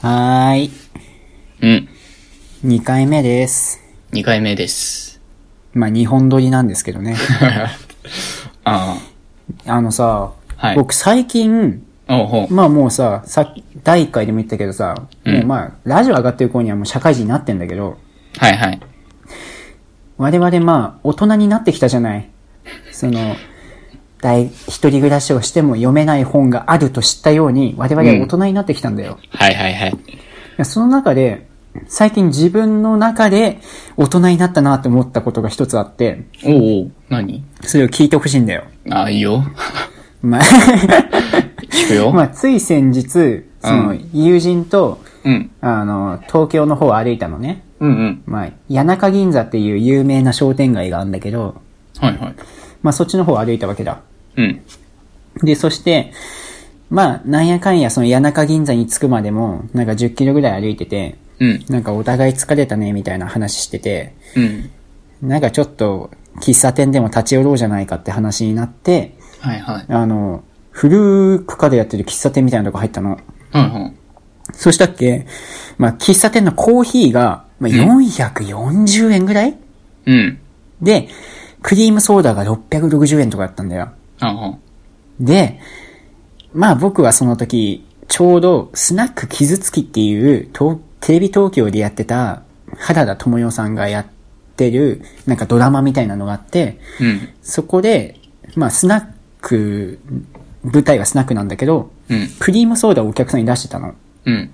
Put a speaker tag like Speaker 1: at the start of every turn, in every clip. Speaker 1: はーい。
Speaker 2: うん。
Speaker 1: 2回目です。
Speaker 2: 2回目です。
Speaker 1: まあ、2本撮りなんですけど ね。
Speaker 2: あ
Speaker 1: あのさ、
Speaker 2: はい
Speaker 1: 僕最近、
Speaker 2: あ。おうほう。
Speaker 1: まあもうさ、さ、第1回でも言ったけどさ、もうまあ、ラジオ上がってる頃にはもう社会人になってんだけど、
Speaker 2: はいはい。
Speaker 1: 我々まあ、大人になってきたじゃない。その、大、一人暮らしをしても読めない本があると知ったように、我々は大人になってきたんだよ。
Speaker 2: はいはいはい。
Speaker 1: いやその中で、最近自分の中で大人になったなって思ったことが一つあって、
Speaker 2: おうおう。何
Speaker 1: それを聞いてほしいんだよ。
Speaker 2: ああ、いいよ。
Speaker 1: まあ、
Speaker 2: 聞くよ。
Speaker 1: まあ、つい先日、その、友人と、
Speaker 2: うん。
Speaker 1: あの、東京の方を歩いたのね。
Speaker 2: うんうん。
Speaker 1: まあ、谷中銀座っていう有名な商店街があるんだけど、
Speaker 2: はいはい。
Speaker 1: まあ、そっちの方を歩いたわけだ。
Speaker 2: うん。
Speaker 1: で、そして、まあ、なんやかんや、その谷中銀座に着くまでも、なんか10キロぐらい歩いてて、
Speaker 2: うん。
Speaker 1: なんかお互い疲れたね、みたいな話してて、
Speaker 2: うん。
Speaker 1: なんかちょっと、喫茶店でも立ち寄ろうじゃないかって話になって、
Speaker 2: はいはい。
Speaker 1: あの、古くからやってる喫茶店みたいなとこ入ったの。
Speaker 2: はいはい。
Speaker 1: そしたっけまあ、喫茶店のコーヒーが、まあ、440円ぐらい、
Speaker 2: うん。
Speaker 1: で、クリームソーダが660円とかだったんだよ。
Speaker 2: ああ。
Speaker 1: で、まあ僕はその時、ちょうどスナック傷つきっていう、東テレビ東京でやってた、原田智代さんがやってる、なんかドラマみたいなのがあって、
Speaker 2: うん。
Speaker 1: そこで、まあスナック、舞台はスナックなんだけど、
Speaker 2: うん。
Speaker 1: クリームソーダをお客さんに出してたの。
Speaker 2: うん。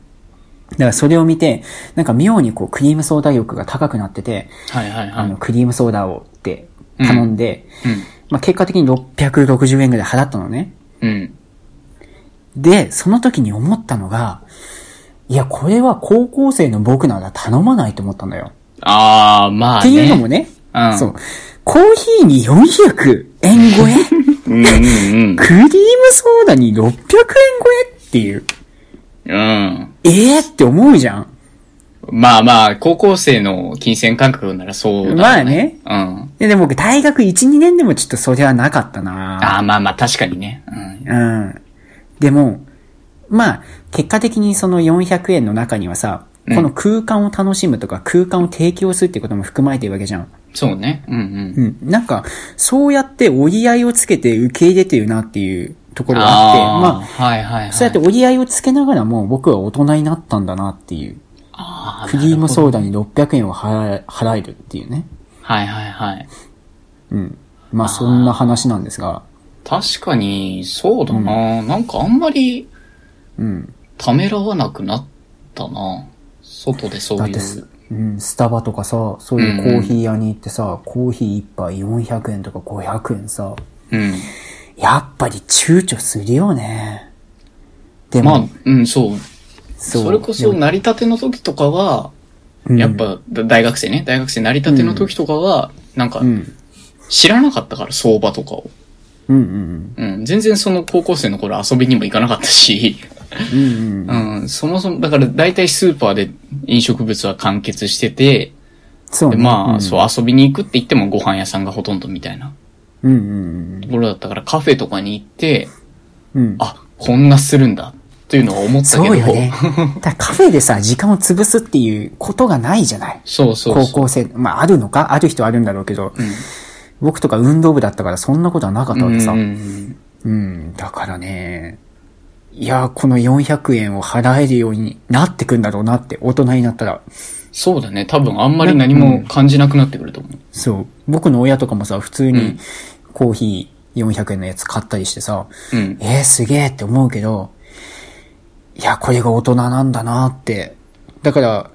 Speaker 1: だからそれを見て、なんか妙にこうクリームソーダ欲が高くなってて、
Speaker 2: はいはいは
Speaker 1: あ
Speaker 2: い。
Speaker 1: のクリームソーダをって頼んで、
Speaker 2: うん。
Speaker 1: まあ結果的に660円ぐらい払ったのね。
Speaker 2: うん。
Speaker 1: で、その時に思ったのが、いや、これは高校生の僕なら頼まないと思ったんだよ。
Speaker 2: ああ、まあ
Speaker 1: っ
Speaker 2: ね。
Speaker 1: ていうのもね、
Speaker 2: うん
Speaker 1: そう。コーヒーに400円超え
Speaker 2: うんうん
Speaker 1: クリームソーダに600円超えっていう、
Speaker 2: うん。うん。
Speaker 1: ええー、って思うじゃん。
Speaker 2: まあまあ、高校生の金銭感覚ならそうだろうね。まあね。うん。
Speaker 1: で、でも僕大学1、2年でもちょっとそれはなかったな
Speaker 2: ああ、まあまあ、確かにね。う
Speaker 1: う
Speaker 2: ん。
Speaker 1: ん。でも、まあ、結果的にその400円の中にはさ、この空間を楽しむとか空間を提供するってことも含まれてるわけじゃん。
Speaker 2: そうね。うんうん。
Speaker 1: うん。なんか、そうやって折り合いをつけて受け入れてるなっていうところがあって、
Speaker 2: あー
Speaker 1: ま
Speaker 2: はいはいはい。
Speaker 1: あ、そうやって折り合いをつけながらも僕は大人になったんだなっていう。
Speaker 2: あー
Speaker 1: クリームソーダに600円を払え払えるっていうね。
Speaker 2: はいはいはい。
Speaker 1: うん。まあ、そんな話なんですが。
Speaker 2: 確かに、そうだな、なんかあんまり、
Speaker 1: うん。
Speaker 2: ためらわなくなったな外でそ
Speaker 1: だ
Speaker 2: う
Speaker 1: っ
Speaker 2: い
Speaker 1: てす
Speaker 2: う。、
Speaker 1: うん、スタバとかさ、そういうコーヒー屋に行ってさ、コーヒー一杯400円とか500円さ、
Speaker 2: うん。
Speaker 1: やっぱり躊躇するよね。で
Speaker 2: ま
Speaker 1: も、
Speaker 2: あ、うん、そう。
Speaker 1: そ
Speaker 2: それこそ、成り立ての時とかは、
Speaker 1: うん
Speaker 2: やっぱ、だ大学生ね、大学生成り立ての時とかは、なんか
Speaker 1: う、ん。
Speaker 2: 知らなかったから、相場とかを。
Speaker 1: うんうん
Speaker 2: うん、全然その高校生の頃遊びにも行かなかったし、
Speaker 1: うん。うんうん。
Speaker 2: うん、そもそも、だから大体スーパーで飲食物は完結してて、
Speaker 1: そう
Speaker 2: で
Speaker 1: ね。
Speaker 2: まあ、
Speaker 1: うん
Speaker 2: そう、遊びに行くって言ってもご飯屋さんがほとんどみたいな
Speaker 1: うんうん
Speaker 2: ところだったから、カフェとかに行って、
Speaker 1: うん。うん。
Speaker 2: あ、こんなするんだ、というのは思った
Speaker 1: そ
Speaker 2: けど。
Speaker 1: うよ ね。だからカフェでさ、時間を潰すっていうことがないじゃない。
Speaker 2: そうそう
Speaker 1: 高
Speaker 2: そう。
Speaker 1: 校生、まああるのかある人はあるんだろうけど、僕とか運動部だったからそんなことはなかったわけさ。
Speaker 2: う
Speaker 1: うん、
Speaker 2: うんん
Speaker 1: だからね、いやー、この400円を払えるようになってくんだろうなって、大人になったら。
Speaker 2: そうだね。多分あんまり何も感じなくなってくると思う。
Speaker 1: そう。僕の親とかもさ、普通にコーヒー400円のやつ買ったりしてさ、
Speaker 2: うん。
Speaker 1: えー、すげえって思うけど、いや、これが大人なんだなって。だから、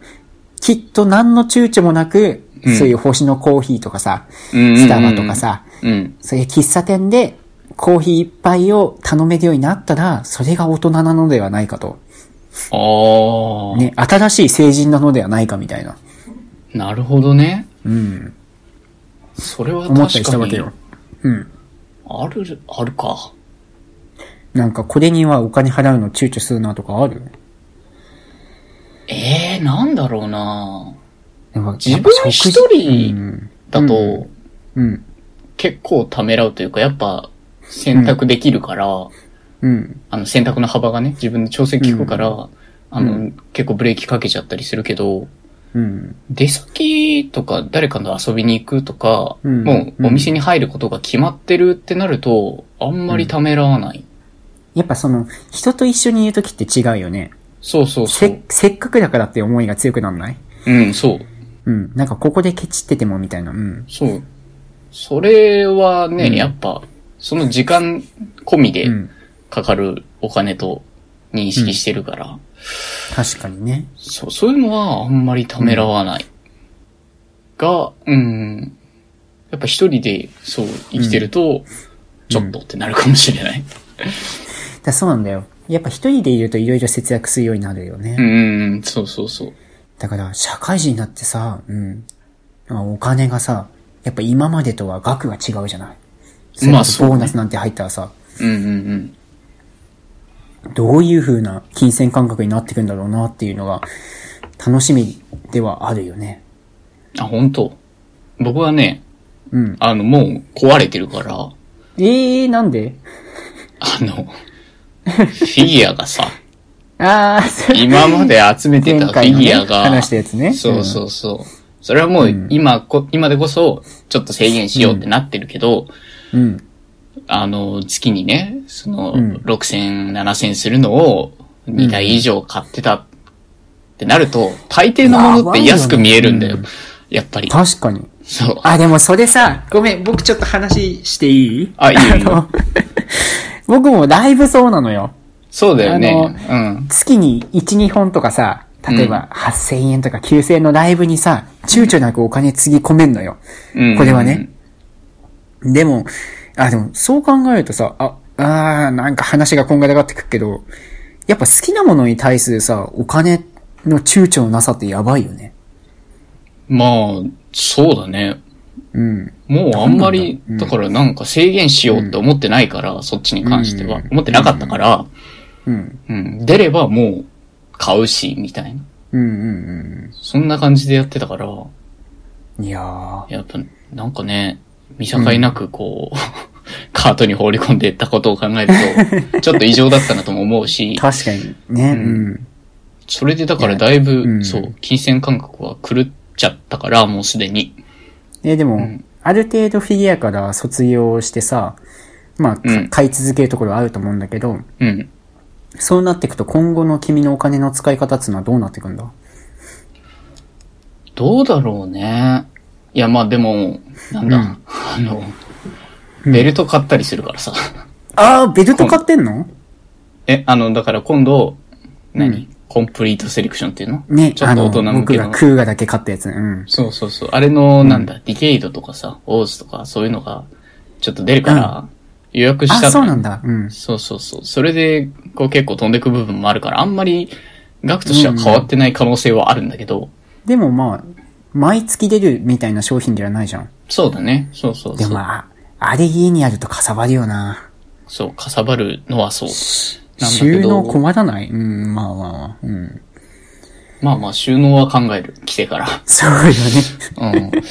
Speaker 1: きっと何の躊躇もなく、そういう星のコーヒーとかさ、
Speaker 2: うん
Speaker 1: スタバとかさ、
Speaker 2: うん。
Speaker 1: そういう喫茶店でコーヒー一杯を頼めるようになったら、それが大人なのではないかと。
Speaker 2: あー。
Speaker 1: ね、新しい成人なのではないかみたいな。
Speaker 2: なるほどね。
Speaker 1: うん。
Speaker 2: それは
Speaker 1: 思った
Speaker 2: 確
Speaker 1: りした
Speaker 2: か
Speaker 1: わけ
Speaker 2: に。
Speaker 1: よ。うん。
Speaker 2: ある、あるか。
Speaker 1: なんか、これにはお金払うの躊躇するなとかある
Speaker 2: えー、なんだろうな
Speaker 1: やっぱ
Speaker 2: 自分一人だ
Speaker 1: う
Speaker 2: と
Speaker 1: うん。
Speaker 2: 結構ためらうというか、やっぱ選択できるから、
Speaker 1: うん。
Speaker 2: あの選択の幅がね、自分で調整効くから、あの、結構ブレーキかけちゃったりするけど、
Speaker 1: うん。
Speaker 2: 出先とか誰かと遊びに行くとか、
Speaker 1: うん
Speaker 2: もうお店に入ることが決まってるってなると、あんまりためらわない。
Speaker 1: やっぱその、人と一緒にいる時って違うよね。
Speaker 2: そうそうそ
Speaker 1: せ
Speaker 2: う、。
Speaker 1: せっかくだからって思いが強くなんない
Speaker 2: うん、そう。
Speaker 1: うん。なんかここでケチっててもみたいな。うん。
Speaker 2: そう。それはね、
Speaker 1: うん
Speaker 2: やっぱ、その時間込みで
Speaker 1: うん。
Speaker 2: かかるお金と認識してるから、
Speaker 1: 確かにね。
Speaker 2: そう、そういうのはあんまりためらわない。が、うん、やっぱ一人でそう生きてると、ちょっとってなるかもしれない。
Speaker 1: だそうなんだよ。やっぱ一人でいると色々節約するようになるよね。
Speaker 2: うん、うん、そうそうそう。
Speaker 1: だから、社会人になってさ、うん。あお金がさ、やっぱ今までとは額が違うじゃない。それ
Speaker 2: まあ
Speaker 1: こそ
Speaker 2: そうね
Speaker 1: ボーナスなんて入ったらさ、
Speaker 2: うんうんうん。
Speaker 1: どういう風な金銭感覚になってくんだろうなっていうのが、楽しみではあるよね。
Speaker 2: あ、本当僕はね、
Speaker 1: うん。
Speaker 2: あの、もう壊れてるから、
Speaker 1: えー、なんで
Speaker 2: あ の、フィギュアがさ、
Speaker 1: あー、それ
Speaker 2: 今まで集めてたフィギュ
Speaker 1: 前
Speaker 2: アが、
Speaker 1: 回のね話したやつね
Speaker 2: そうそうそう。それはもう今こ、今でこそ、ちょっと制限しようってなってるけど、
Speaker 1: うん。
Speaker 2: あの、月にね、その、
Speaker 1: うん
Speaker 2: 6000、7000するのを、2台以上買ってたってなると、大抵のものって安く見えるんだよ。やっぱり。
Speaker 1: 確かに。
Speaker 2: そう。
Speaker 1: あ、でもそれさ、ごめん、僕ちょっと話していい
Speaker 2: あいいよいい よ
Speaker 1: あの僕もだいぶそうなのよ。
Speaker 2: そうだよね。う
Speaker 1: あ
Speaker 2: ん。
Speaker 1: 月に1、2本とかさ、例えば8000円とか9000円のライブにさ、躊躇なくお金つぎ込めんのよ。
Speaker 2: うん
Speaker 1: これはね。でも、あ、でも、そう考えるとさ、あ、あーなんか話がこんがらがってくっけど、やっぱ好きなものに対するさ、お金の躊躇のなさってやばいよね。
Speaker 2: まあ、そうだね。
Speaker 1: うん。
Speaker 2: もうあんまり、だからなんか制限しようって思ってないから、そっちに関しては。思ってなかったから、
Speaker 1: うん。
Speaker 2: うん、出ればもう買うし、みたいな。
Speaker 1: うんうん
Speaker 2: そんな感じでやってたから、
Speaker 1: うん。いやー。
Speaker 2: やっぱなんかね、見境なくこう、 カートに放り込んでいったことを考える と、ちょっと異常だったなとも思うし、
Speaker 1: 確かにね。うん。
Speaker 2: それでだからだいぶ、
Speaker 1: うん
Speaker 2: そう、金銭感覚は狂っちゃったから、もうすでに。
Speaker 1: え、でも、ある程度フィギュアから卒業してさ、まあ、か
Speaker 2: うん
Speaker 1: 買い続けるところはあると思うんだけど、
Speaker 2: うん。
Speaker 1: そうなっていくと今後の君のお金の使い方っていうのはどうなっていくんだ
Speaker 2: どうだろうね。いや、まあでも、なんだ、あの、ベルト買ったりするからさ。
Speaker 1: あー、ベルト買ってんの
Speaker 2: え、あの、だから今度、何、
Speaker 1: うん
Speaker 2: コンプリートセレクションっていうの
Speaker 1: ね、
Speaker 2: ちょ
Speaker 1: あ
Speaker 2: っと大
Speaker 1: の、
Speaker 2: 人向
Speaker 1: 僕
Speaker 2: け
Speaker 1: が
Speaker 2: の。
Speaker 1: クーガだけ買ったやつ。うん。
Speaker 2: そうそうそう。あれの、なんだ、ディケイドとかさ、オーズとか、そういうのが、ちょっと出るから、予約したのよ
Speaker 1: あ、そうなんだ。うん。
Speaker 2: そうそうそう。それで、こう結構飛んでく部分もあるから、あんまり、額としては変わってない可能性はあるんだけど、
Speaker 1: でもまあ、毎月出るみたいな商品ではないじゃん。
Speaker 2: そうだね。そうそう
Speaker 1: で
Speaker 2: そ
Speaker 1: も
Speaker 2: う。
Speaker 1: まあ、あれ家にあるとかさばるよな。
Speaker 2: そう、かさばるのはそう。なんだけ
Speaker 1: 収納
Speaker 2: ど、
Speaker 1: 困らないうん、まあまあまあ。うん。
Speaker 2: まあまあ、収納は考える。来てから。
Speaker 1: そうよね。
Speaker 2: うん。だから、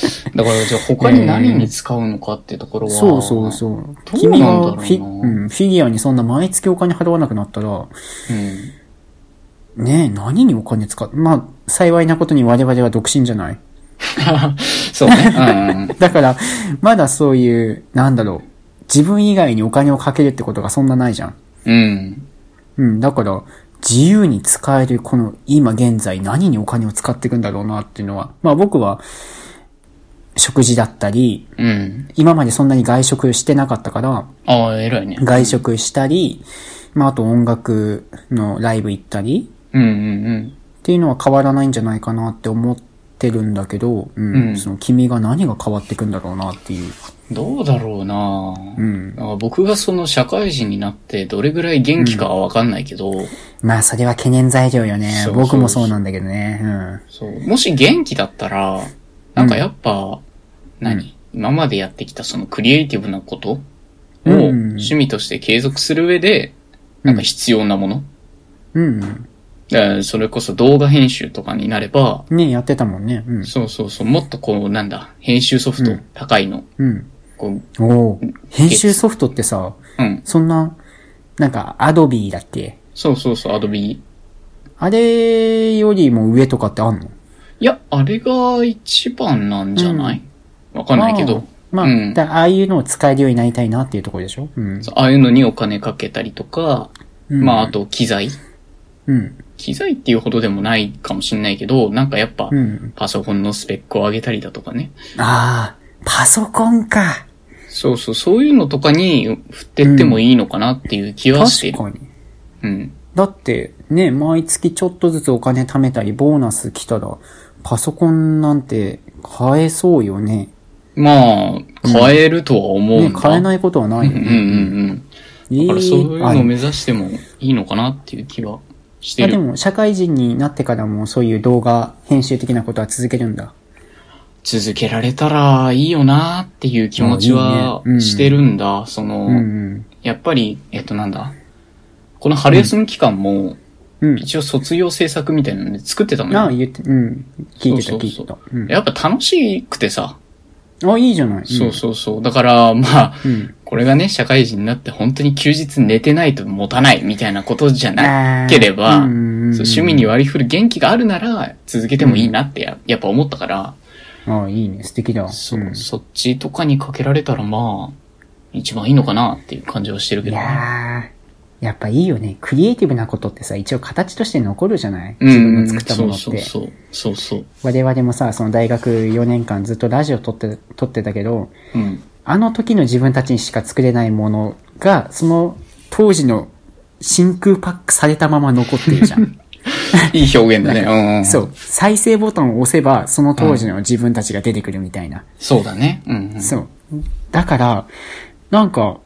Speaker 2: じゃあ他に何に使うのかってところは、
Speaker 1: そうそうそう。
Speaker 2: どうなん
Speaker 1: 君
Speaker 2: だ
Speaker 1: が
Speaker 2: ろうな
Speaker 1: フィ,、うん、フィギュアにそんな毎月お金払わなくなったら、
Speaker 2: うん。
Speaker 1: ねえ、何にお金使うまあ、幸いなことに我々は独身じゃない。
Speaker 2: そうね。
Speaker 1: だから、まだそういう、なんだろう、自分以外にお金をかけるってことがそんなないじゃん。
Speaker 2: うん。うん。
Speaker 1: うん、だから、自由に使えるこの今現在何にお金を使っていくんだろうなっていうのは、まあ僕は、食事だったり、
Speaker 2: うん。
Speaker 1: 今までそんなに外食してなかったから、
Speaker 2: ああ、偉いね。
Speaker 1: 外食したり、まああと音楽のライブ行ったり
Speaker 2: うんうん
Speaker 1: っていうのは変わらないんじゃないかなって思ってるんだけど、うん、
Speaker 2: うん
Speaker 1: その君が何が変わっていくんだろうなっていう。
Speaker 2: うん。どうだろうな、
Speaker 1: うん。
Speaker 2: あ僕がその社会人になってどれぐらい元気かはわかんないけど、
Speaker 1: まあそれは懸念材料よね
Speaker 2: そ。う
Speaker 1: 僕もそうなんだけどね。うん。
Speaker 2: そうもし元気だったら、なんかやっぱ、何今までやってきたそのクリエイティブなことを
Speaker 1: うん
Speaker 2: 趣味として継続する上で、なんか必要なもの、
Speaker 1: うん
Speaker 2: だからそれこそ動画編集とかになれば、
Speaker 1: うん。ねやってたもんね。うん。
Speaker 2: そうそうそう、もっとこうなんだ、編集ソフト高いの、
Speaker 1: うん。
Speaker 2: こう、
Speaker 1: おお。編集ソフトってさ、
Speaker 2: うん。
Speaker 1: そんな、なんか、アドビーだっけ
Speaker 2: そうそうそう、アドビ
Speaker 1: あれよりも上とかってあんの
Speaker 2: いや、あれが一番なんじゃないわ、かんないけど。
Speaker 1: まあ、
Speaker 2: う
Speaker 1: まあ
Speaker 2: ん
Speaker 1: だからああいうのを使えるようになりたいなっていうところでしょうん。
Speaker 2: そうああいうのにお金かけたりとか、
Speaker 1: うん
Speaker 2: まああと機材。
Speaker 1: うん。
Speaker 2: 機材っていうほどでもないかもしれないけど、なんかやっぱ、
Speaker 1: うん。
Speaker 2: パソコンのスペックを上げたりだとかね。
Speaker 1: ああ、パソコンか。
Speaker 2: そうそう、そういうのとかに振ってってもいいのかなっていう気はして
Speaker 1: 確
Speaker 2: る。
Speaker 1: かに。
Speaker 2: うん。
Speaker 1: だって、ね、毎月ちょっとずつお金貯めたり、ボーナス来たら、パソコンなんて買えそうよね。
Speaker 2: まあ、変えるとは思うんだ。
Speaker 1: ね、買えないことはないよ
Speaker 2: うんう
Speaker 1: ね。
Speaker 2: んうん。だからそういうのを目指してもいいのかなっていう気はして
Speaker 1: あで
Speaker 2: る。
Speaker 1: も、社会人になってからもそういう動画編集的なことは続けるんだ。
Speaker 2: 続けられたらいいよなっていう気持ちは
Speaker 1: あいいねうん
Speaker 2: してるんだ。その、
Speaker 1: うん
Speaker 2: やっぱり、えっとなんだ。この春休み期間も、
Speaker 1: うん。
Speaker 2: 一応卒業制作みたいなので作ってた
Speaker 1: う
Speaker 2: も
Speaker 1: ん。あ
Speaker 2: ん
Speaker 1: あ、
Speaker 2: ね。
Speaker 1: 言って、うん。聞いてた、
Speaker 2: そうそ
Speaker 1: 聞
Speaker 2: う
Speaker 1: い
Speaker 2: そう
Speaker 1: てた。うん
Speaker 2: やっぱ楽しくてさ。
Speaker 1: あ、いいじゃない。
Speaker 2: そうそうそう。だから、まあ、
Speaker 1: うん。うん。
Speaker 2: これがね、社会人になって本当に休日寝てないと持たないみたいなことじゃなければ、
Speaker 1: あーうん
Speaker 2: そう趣味に割り振る元気があるなら続けてもいいなってや,、やっぱ思ったから、
Speaker 1: ああ、いいね。素敵だ。
Speaker 2: そううんそっちとかにかけられたらまあ、一番いいのかなっていう感じはしてるけ
Speaker 1: い
Speaker 2: どね、
Speaker 1: やー、やっぱいいよね。クリエイティブなことってさ、一応形として残るじゃない
Speaker 2: うん
Speaker 1: 自分の作ったものっ
Speaker 2: そう
Speaker 1: て。
Speaker 2: そうそう。そうそう。
Speaker 1: 我々もさ、その大学4年間ずっとラジオ撮って、撮ってたけど、
Speaker 2: うん。
Speaker 1: あの時の自分たちにしか作れないものが、その当時の真空パックされたまま残ってるじゃ ん。
Speaker 2: いい表現だね。うんうん。
Speaker 1: そう。再生ボタンを押せば、その当時の自分たちが出てくるみたいな。
Speaker 2: そうだね。うん、うん。
Speaker 1: そう。だから、なんか、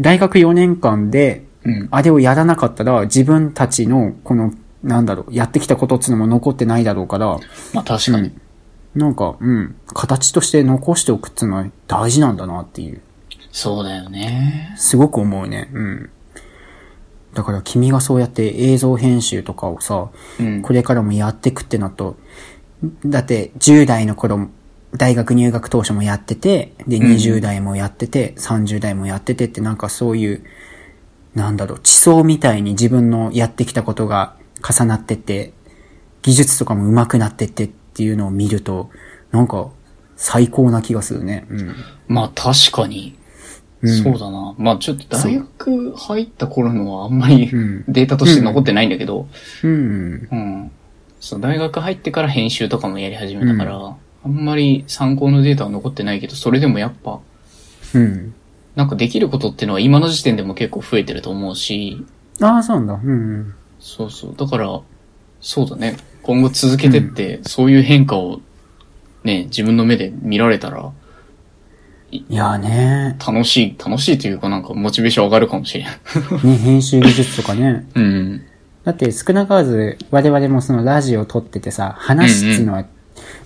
Speaker 1: 大学4年間で、
Speaker 2: うん
Speaker 1: あれをやらなかったら、自分たちの、この、なんだろう、やってきたことっつうのも残ってないだろうから、
Speaker 2: まあ確かに。
Speaker 1: なんか、うん、形として残しておくっつうのは大事なんだなっていう、
Speaker 2: そうだよね。
Speaker 1: すごく思うね。うん。だから君がそうやって映像編集とかをさ、
Speaker 2: うん。
Speaker 1: これからもやってくってなと、だって10代の頃、大学入学当初もやってて、で20代もやってて、30代もやっててってなんかそういう、なんだろう、地層みたいに自分のやってきたことが重なってって、技術とかも上手くなってってっていうのを見ると、なんか最高な気がするね。うん。
Speaker 2: まあ確かに。そうだな。まあちょっと大学入った頃のはあんまり
Speaker 1: ん
Speaker 2: データとして残ってないんだけど、
Speaker 1: うん。
Speaker 2: うん。そう、大学入ってから編集とかもやり始めたから、あんまり参考のデータは残ってないけど、それでもやっぱ、
Speaker 1: うん。
Speaker 2: なんかできることっていうのは今の時点でも結構増えてると思うし、
Speaker 1: ああ、そうなんだ。うん。
Speaker 2: そうそう。だから、そうだね。今後続けてって、そういう変化をね、自分の目で見られたら、
Speaker 1: いやーね
Speaker 2: 楽しい、楽しいというかなんかモチベーション上がるかもしれない。
Speaker 1: ね、編集技術とかね。
Speaker 2: うん。
Speaker 1: だって少なからず我々もそのラジオ撮っててさ、話すっていうのは、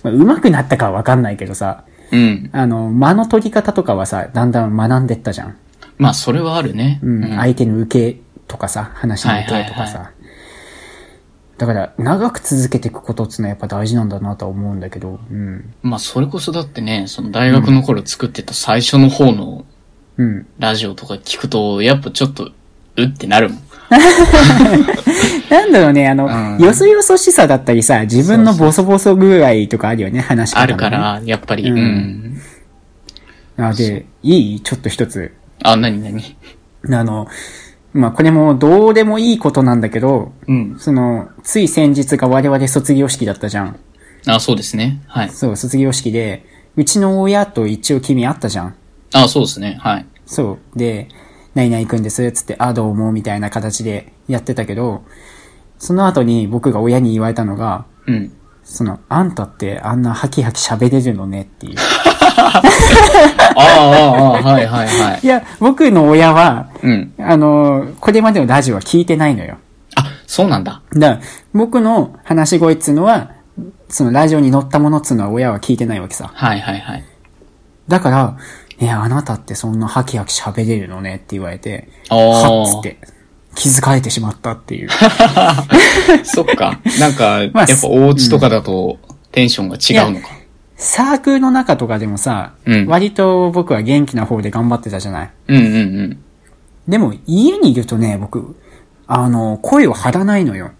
Speaker 1: まあ上手くなったかはわかんないけどさ、
Speaker 2: うん。
Speaker 1: あの、間の取り方とかはさ、だんだん学んでったじゃん。
Speaker 2: まあ、それはあるね。
Speaker 1: うん。
Speaker 2: うん
Speaker 1: 相手の受けとかさ、話の受けとかさ。
Speaker 2: はいはいは
Speaker 1: だから、長く続けていくことっていうのはやっぱ大事なんだなとは思うんだけど、うん。
Speaker 2: まあ、それこそだってね、その大学の頃作ってた最初の方の
Speaker 1: うん。
Speaker 2: ラジオとか聞くと、やっぱちょっと、うってなるもん。
Speaker 1: なんだろうね、あの、
Speaker 2: うん
Speaker 1: よそよそしさだったりさ、自分のボソボソ具合とかあるよね、話し方、
Speaker 2: あるか。ら、やっぱり、
Speaker 1: う
Speaker 2: うんん。
Speaker 1: あ、で、いいちょっと一つ
Speaker 2: あ、なになに
Speaker 1: あの、まあ、これもどうでもいいことなんだけど、
Speaker 2: うん。
Speaker 1: その、つい先日が我々卒業式だったじゃん。
Speaker 2: あ、そうですね。はい。
Speaker 1: そう、卒業式で、うちの親と一応君会ったじゃん。
Speaker 2: あ、そうですね。はい。
Speaker 1: そう。で、何々くんです、つって、あ、どうも、みたいな形でやってたけど、その後に僕が親に言われたのが、
Speaker 2: うん。
Speaker 1: その、あんたってあんなハキハキ喋れるのねっていう。
Speaker 2: ああ、ああ、はいはいはい
Speaker 1: い。や、僕の親は、
Speaker 2: うん。
Speaker 1: あの、これまでのラジオは聞いてないのよ。
Speaker 2: あ、そうなんだ。
Speaker 1: だから、僕の話し声っつうのは、そのラジオに載ったものっつうのは親は聞いてないわけさ。
Speaker 2: はいはいはい。
Speaker 1: だから、え、あなたってそんなハキハキ喋れるのねって言われて、
Speaker 2: あー
Speaker 1: はっつって、気づかれてしまったっていう。
Speaker 2: そっか。なんか、やっ
Speaker 1: まあ
Speaker 2: ぱお家とかだと、テンションが違うのか。
Speaker 1: サークルの中とかでもさ、
Speaker 2: うん
Speaker 1: 割と僕は元気な方で頑張ってたじゃない。
Speaker 2: うんうんうん。
Speaker 1: でも、家にいるとね、僕、あの、声を張らないのよ。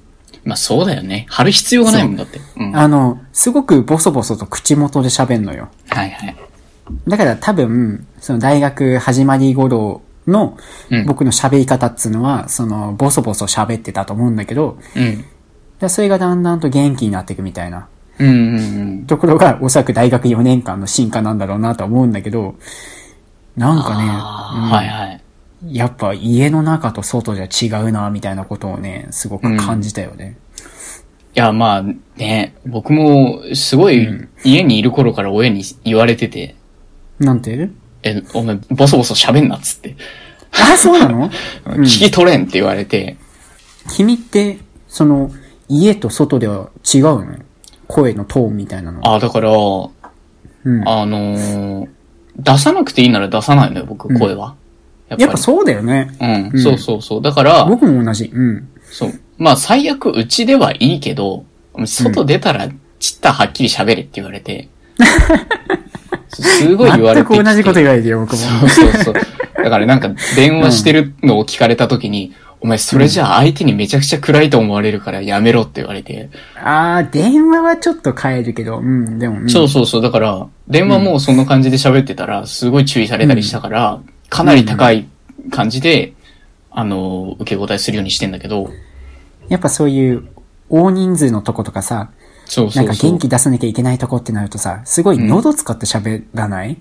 Speaker 2: まあそうだよね。貼る必要がないもんだって。うん。は
Speaker 1: あの、すごくボソボソと口元で喋んのよ。
Speaker 2: いはい。
Speaker 1: だから多分、その大学始まり頃の
Speaker 2: うん
Speaker 1: 僕の喋り方っつうのは、そのボソボソ喋ってたと思うんだけど、
Speaker 2: うん。
Speaker 1: でそれがだんだんと元気になっていくみたいな
Speaker 2: うんうんうん。
Speaker 1: ところが、おそらく大学4年間の進化なんだろうなとは思うんだけど、なんかね、うん
Speaker 2: ああ、はいはい。
Speaker 1: やっぱ家の中と外じゃ違うな、みたいなことをね、すごく感じたよね。
Speaker 2: いや、まあね、僕もすごい家にいる頃から親に言われてて、
Speaker 1: なんて
Speaker 2: え、お前ボソボソ喋んなっつって、
Speaker 1: あ、そうな の
Speaker 2: 聞き取れんって言われて、
Speaker 1: 君って、その、家と外では違うの声のトーンみたいなの。
Speaker 2: ああ、だから、
Speaker 1: うん
Speaker 2: あのー出さなくていいなら出さないのよ、僕、声は。
Speaker 1: やっぱそうだよね。
Speaker 2: うん、
Speaker 1: ん
Speaker 2: そうそうそう。だから、
Speaker 1: 僕も同じ。うん。
Speaker 2: そう。まあ、最悪、うちではいいけど、外出たら、ちったはっきり喋れって言われて、すごい言われ
Speaker 1: 全
Speaker 2: てきて。
Speaker 1: く同じこと言われてよ、僕も。
Speaker 2: そうそうそう。だからなんか、電話してるのを聞かれた時に、お前、それじゃあ相手にめちゃくちゃ暗いと思われるからやめろって言われて。
Speaker 1: あー、電話はちょっと変えるけど、うん、でも、うん
Speaker 2: そうそうそう。だから、電話もそんな感じで喋ってたら、すごい注意されたりしたから、かなり高い感じで、あの、受け答えするようにしてんだけど、
Speaker 1: やっぱそういう、大人数のとことかさ、
Speaker 2: そうそ
Speaker 1: なん
Speaker 2: う
Speaker 1: か
Speaker 2: そう。
Speaker 1: 元気出さなきゃいけないとこってなるとさ、すごい喉使って喋らない、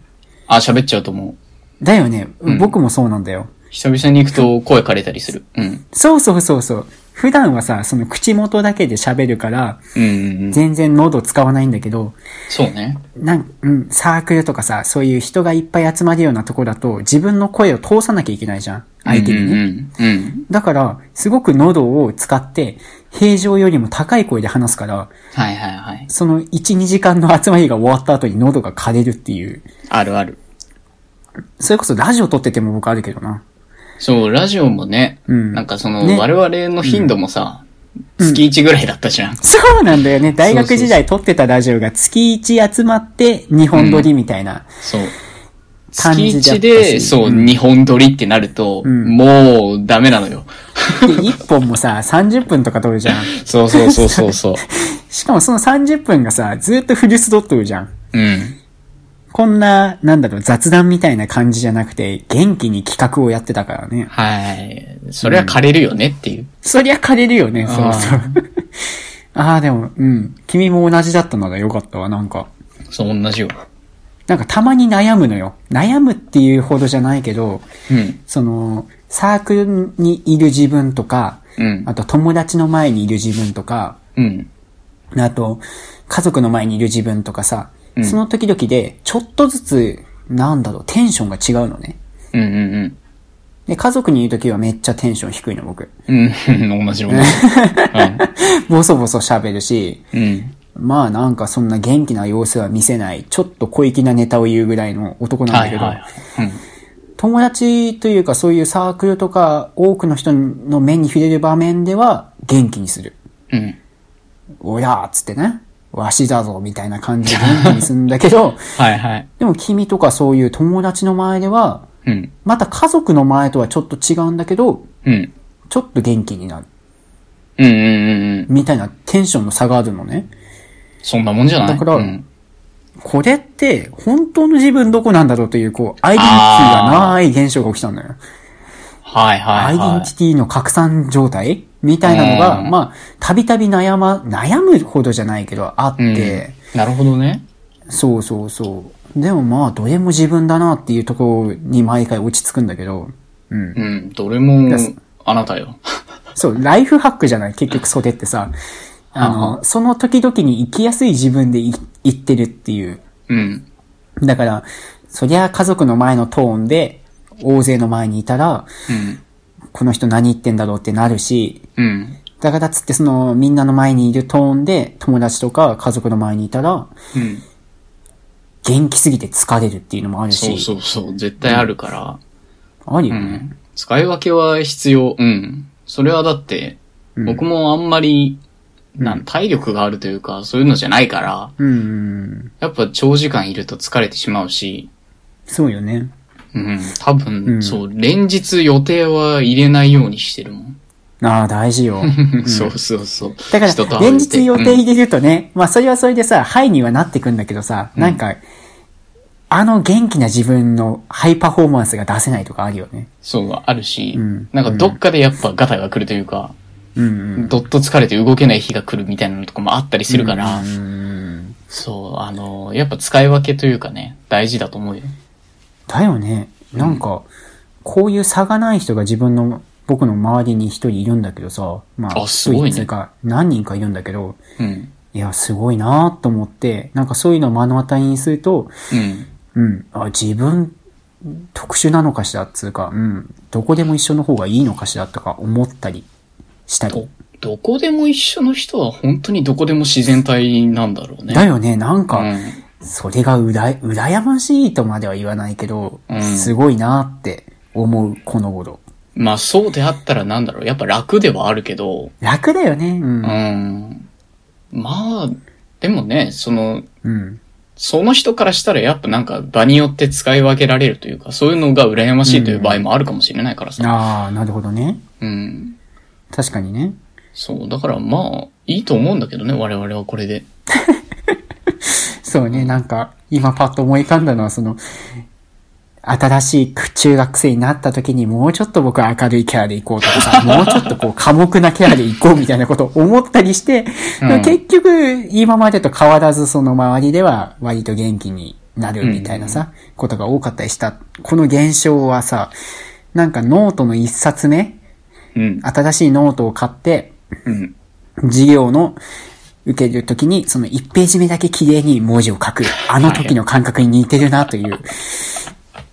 Speaker 2: あ、喋っちゃうと思う。
Speaker 1: だよね、
Speaker 2: ん
Speaker 1: 僕もそうなんだよ。
Speaker 2: 久々に行くと声枯れたりする。うん。
Speaker 1: そうそうそうそう。普段はさ、その口元だけで喋るから、
Speaker 2: うんうんうん。
Speaker 1: 全然喉使わないんだけど、
Speaker 2: そうね。
Speaker 1: なん、うん、サークルとかさ、そういう人がいっぱい集まるようなとこだと、自分の声を通さなきゃいけないじゃん。相手にね。
Speaker 2: うんうんうん。
Speaker 1: だから、すごく喉を使って、平常よりも高い声で話すから、
Speaker 2: はいはいはい。
Speaker 1: その1、2時間の集まりが終わった後に喉が枯れるっていう。
Speaker 2: あるある。
Speaker 1: それこそラジオ撮ってても僕あるけどな。
Speaker 2: そう、ラジオもね、
Speaker 1: うん
Speaker 2: なんかその、
Speaker 1: ね
Speaker 2: 我々の頻度もさ、月1ぐらいだったじゃん。
Speaker 1: そうなんだよね。大学時代撮ってたラジオが月1集まって2本撮りみたいな。
Speaker 2: そう。
Speaker 1: 感
Speaker 2: 月
Speaker 1: じだったし
Speaker 2: 1で、そう、
Speaker 1: うん
Speaker 2: 2本撮りってなると、もうダメなのよ。
Speaker 1: で、1本もさ、30分とか撮るじゃん。
Speaker 2: そうそうそうそ うそう。
Speaker 1: しかもその30分がさ、ずっとフルス撮っとるじゃん。
Speaker 2: うん。
Speaker 1: こんな、なんだろう、雑談みたいな感じじゃなくて、元気に企画をやってたからね。
Speaker 2: はい。それは枯れるよねっていう。
Speaker 1: そりゃ枯れるよね、そうそう。 ああー、でも、うん。君も同じだったならよかったわ、なんか。
Speaker 2: そう、同じよ。
Speaker 1: なんかたまに悩むのよ。悩むっていうほどじゃないけど、
Speaker 2: うん。
Speaker 1: その、サークルにいる自分とか、
Speaker 2: うん
Speaker 1: あと友達の前にいる自分とか、
Speaker 2: うん。
Speaker 1: あと、家族の前にいる自分とかさ、その時々で、ちょっとずつ、なんだろう、テンションが違うのね。
Speaker 2: うんうん
Speaker 1: で、家族にいる時はめっちゃテンション低いの、僕。
Speaker 2: うん。うん。 同 じよ。
Speaker 1: ボソボソ喋るし、
Speaker 2: うん。
Speaker 1: まあなんかそんな元気な様子は見せない、ちょっと小粋なネタを言うぐらいの男なん
Speaker 2: は
Speaker 1: だ
Speaker 2: い
Speaker 1: けど、
Speaker 2: はいはい。うん。
Speaker 1: 友達というかそういうサークルとか多くの人の目に触れる場面では元気にする。
Speaker 2: うん。
Speaker 1: おやーっつってね、わしだぞみたいな感じで元気にするんだけ ど、
Speaker 2: はいはい。
Speaker 1: でも君とかそういう友達の前では、
Speaker 2: うん。
Speaker 1: また家族の前とはちょっと違うんだけど、
Speaker 2: うん。
Speaker 1: ちょっと元気になる。
Speaker 2: うんうんうんうん。
Speaker 1: みたいなテンションの差があるのね。
Speaker 2: そんなもんじゃない
Speaker 1: だから
Speaker 2: うん、
Speaker 1: これって、本当の自分どこなんだろうという、こう、アイデンティティがない現象が起きたんだよ。
Speaker 2: はいは
Speaker 1: ア
Speaker 2: い
Speaker 1: イデ
Speaker 2: は
Speaker 1: ン
Speaker 2: い
Speaker 1: テ。ィティの拡散状態みたいなのが、
Speaker 2: うん
Speaker 1: まあ、たびたび悩ま、悩むほどじゃないけど、あって、
Speaker 2: なるほどね。
Speaker 1: そうそうそう。でもまあ、どれも自分だなっていうところに毎回落ち着くんだけど、うん。
Speaker 2: うん。どれも、あなたよ。
Speaker 1: そう、ライフハックじゃない結局それってさ、あの、その時々に生きやすい自分でい生きてるっていう。
Speaker 2: うん。
Speaker 1: だから、そりゃ家族の前のトーンで、大勢の前にいたら、
Speaker 2: うん。
Speaker 1: この人何言ってんだろうってなるし、
Speaker 2: うん。
Speaker 1: だからつってその、みんなの前にいるトーンで、友達とか家族の前にいたら、
Speaker 2: うん。
Speaker 1: 元気すぎて疲れるっていうのもあるし、
Speaker 2: そうそうそう。絶対あるから。
Speaker 1: あるよ
Speaker 2: う
Speaker 1: ね。
Speaker 2: ん。使い分けは必要。うん。それはだって、僕もあんまり、なん、体力があるというか、そういうのじゃないから、
Speaker 1: うん、うん、
Speaker 2: やっぱ長時間いると疲れてしまうし、
Speaker 1: そうよね。
Speaker 2: うん。多
Speaker 1: う
Speaker 2: 分、
Speaker 1: ん
Speaker 2: そう、連日予定は入れないようにしてるもん。
Speaker 1: ああ、大事よ。
Speaker 2: そうそうそう。
Speaker 1: だか
Speaker 2: 人と
Speaker 1: ら、
Speaker 2: 会
Speaker 1: 連
Speaker 2: うって
Speaker 1: 日予定入れるとね、まあそれはそれでさ、ハイにはなってくんだけどさ、なんか、あの元気な自分のハイパフォーマンスが出せないとかあるよね。
Speaker 2: そう、あるし、
Speaker 1: うん
Speaker 2: なんかどっかでやっぱガタが来るというか、
Speaker 1: うんうん。
Speaker 2: どっと疲れて動けない日が来るみたいなのとかもあったりするから、
Speaker 1: うん。
Speaker 2: そう、あの、やっぱ使い分けというかね、大事だと思うよ。
Speaker 1: だよね。なんか、こういう差がない人が自分の、僕の周りに一人いるんだけどさ、まあ、
Speaker 2: あすごいね
Speaker 1: 一人ってうか、何人かいるんだけど、
Speaker 2: うん。
Speaker 1: いや、すごいなと思って、なんかそういうのを目の当たりにすると、
Speaker 2: うん。
Speaker 1: うん、あ、自分、特殊なのかしらっつうか、うん、どこでも一緒の方がいいのかしらとか思ったりしたり
Speaker 2: ど。、どこでも一緒の人は本当にどこでも自然体なんだろうね。
Speaker 1: だよね、なん
Speaker 2: う
Speaker 1: か、
Speaker 2: ん。
Speaker 1: それがうら、羨ましいとまでは言わないけど、
Speaker 2: うん
Speaker 1: すごいなって思う、この頃。
Speaker 2: まあそうであったらなんだろう。やっぱ楽ではあるけど、
Speaker 1: 楽だよね、うん
Speaker 2: う。ん。まあ、でもね、その、
Speaker 1: うん。
Speaker 2: その人からしたらやっぱなんか場によって使い分けられるというか、そういうのが羨ましいという場合もあるかもしれないからさ。
Speaker 1: ああ、なるほどね。
Speaker 2: うん。
Speaker 1: 確かにね。
Speaker 2: そう、だからまあ、いいと思うんだけどね、我々はこれで。
Speaker 1: そうね、なんか、今パッと思い浮かんだのは、その、新しい中学生になった時にもうちょっと僕は明るいキャラで行こうとかさ、 もうちょっとこう、寡黙なキャラで行こうみたいなことを思ったりして、
Speaker 2: うん
Speaker 1: 結局、今までと変わらずその周りでは割と元気になるみたいなさ、ことが多かったりした。この現象はさ、なんかノートの一冊目、
Speaker 2: うん。
Speaker 1: 新しいノートを買って、
Speaker 2: うん。
Speaker 1: 授業の受けるときに、その1ページ目だけ綺麗に文字を書く。あの時の感覚に似てるなという。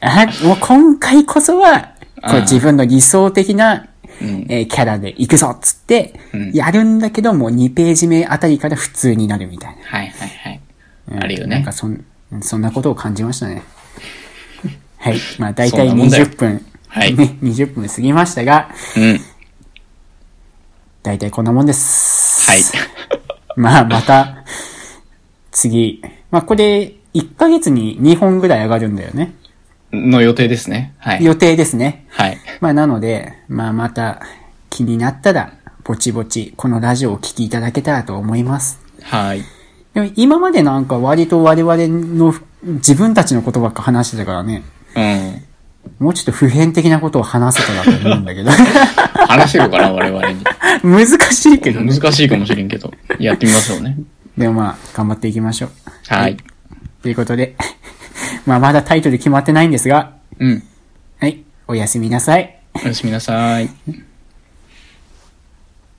Speaker 1: あ、もう今回こそは、こ
Speaker 2: う
Speaker 1: うん自分の理想的な、
Speaker 2: うん。
Speaker 1: えーキャラで行くぞっつって
Speaker 2: うん、
Speaker 1: やるんだけど、もう2ページ目あたりから普通になるみたい
Speaker 2: はいはいはい。
Speaker 1: な。
Speaker 2: あるよ
Speaker 1: なん
Speaker 2: ね
Speaker 1: か。そん、そんなことを感じましたね。 はい。まあ大
Speaker 2: そん
Speaker 1: 体
Speaker 2: なもんだよ
Speaker 1: 20分。
Speaker 2: はい
Speaker 1: ね、20分過ぎましたが、
Speaker 2: うん。
Speaker 1: 大体こんなもんです。
Speaker 2: はい。
Speaker 1: まあ、また、次。まあ、これ、1ヶ月に2本ぐらい上がるんだよね。
Speaker 2: の予定ですね。はい。
Speaker 1: 予定ですね。
Speaker 2: はい。
Speaker 1: まあ、なので、まあ、また、気になったら、ぼちぼち、このラジオをお聞きいただけたらと思います。
Speaker 2: はい。
Speaker 1: でも、今までなんか割と我々の、自分たちのことばっか話してたからね、
Speaker 2: うん。
Speaker 1: もうちょっと普遍的なことを話せたらと思うんだけ ど、
Speaker 2: 話していこう かな、我々に。
Speaker 1: 難しいけどね。
Speaker 2: 難しいかもしれんけど。やってみましょうね。
Speaker 1: でもまあ、頑張っていきましょう。
Speaker 2: はい。
Speaker 1: ということで、 まあ、まだタイトル決まってないんですが、
Speaker 2: うん。
Speaker 1: はい、おやすみなさい。
Speaker 2: おやすみなさい。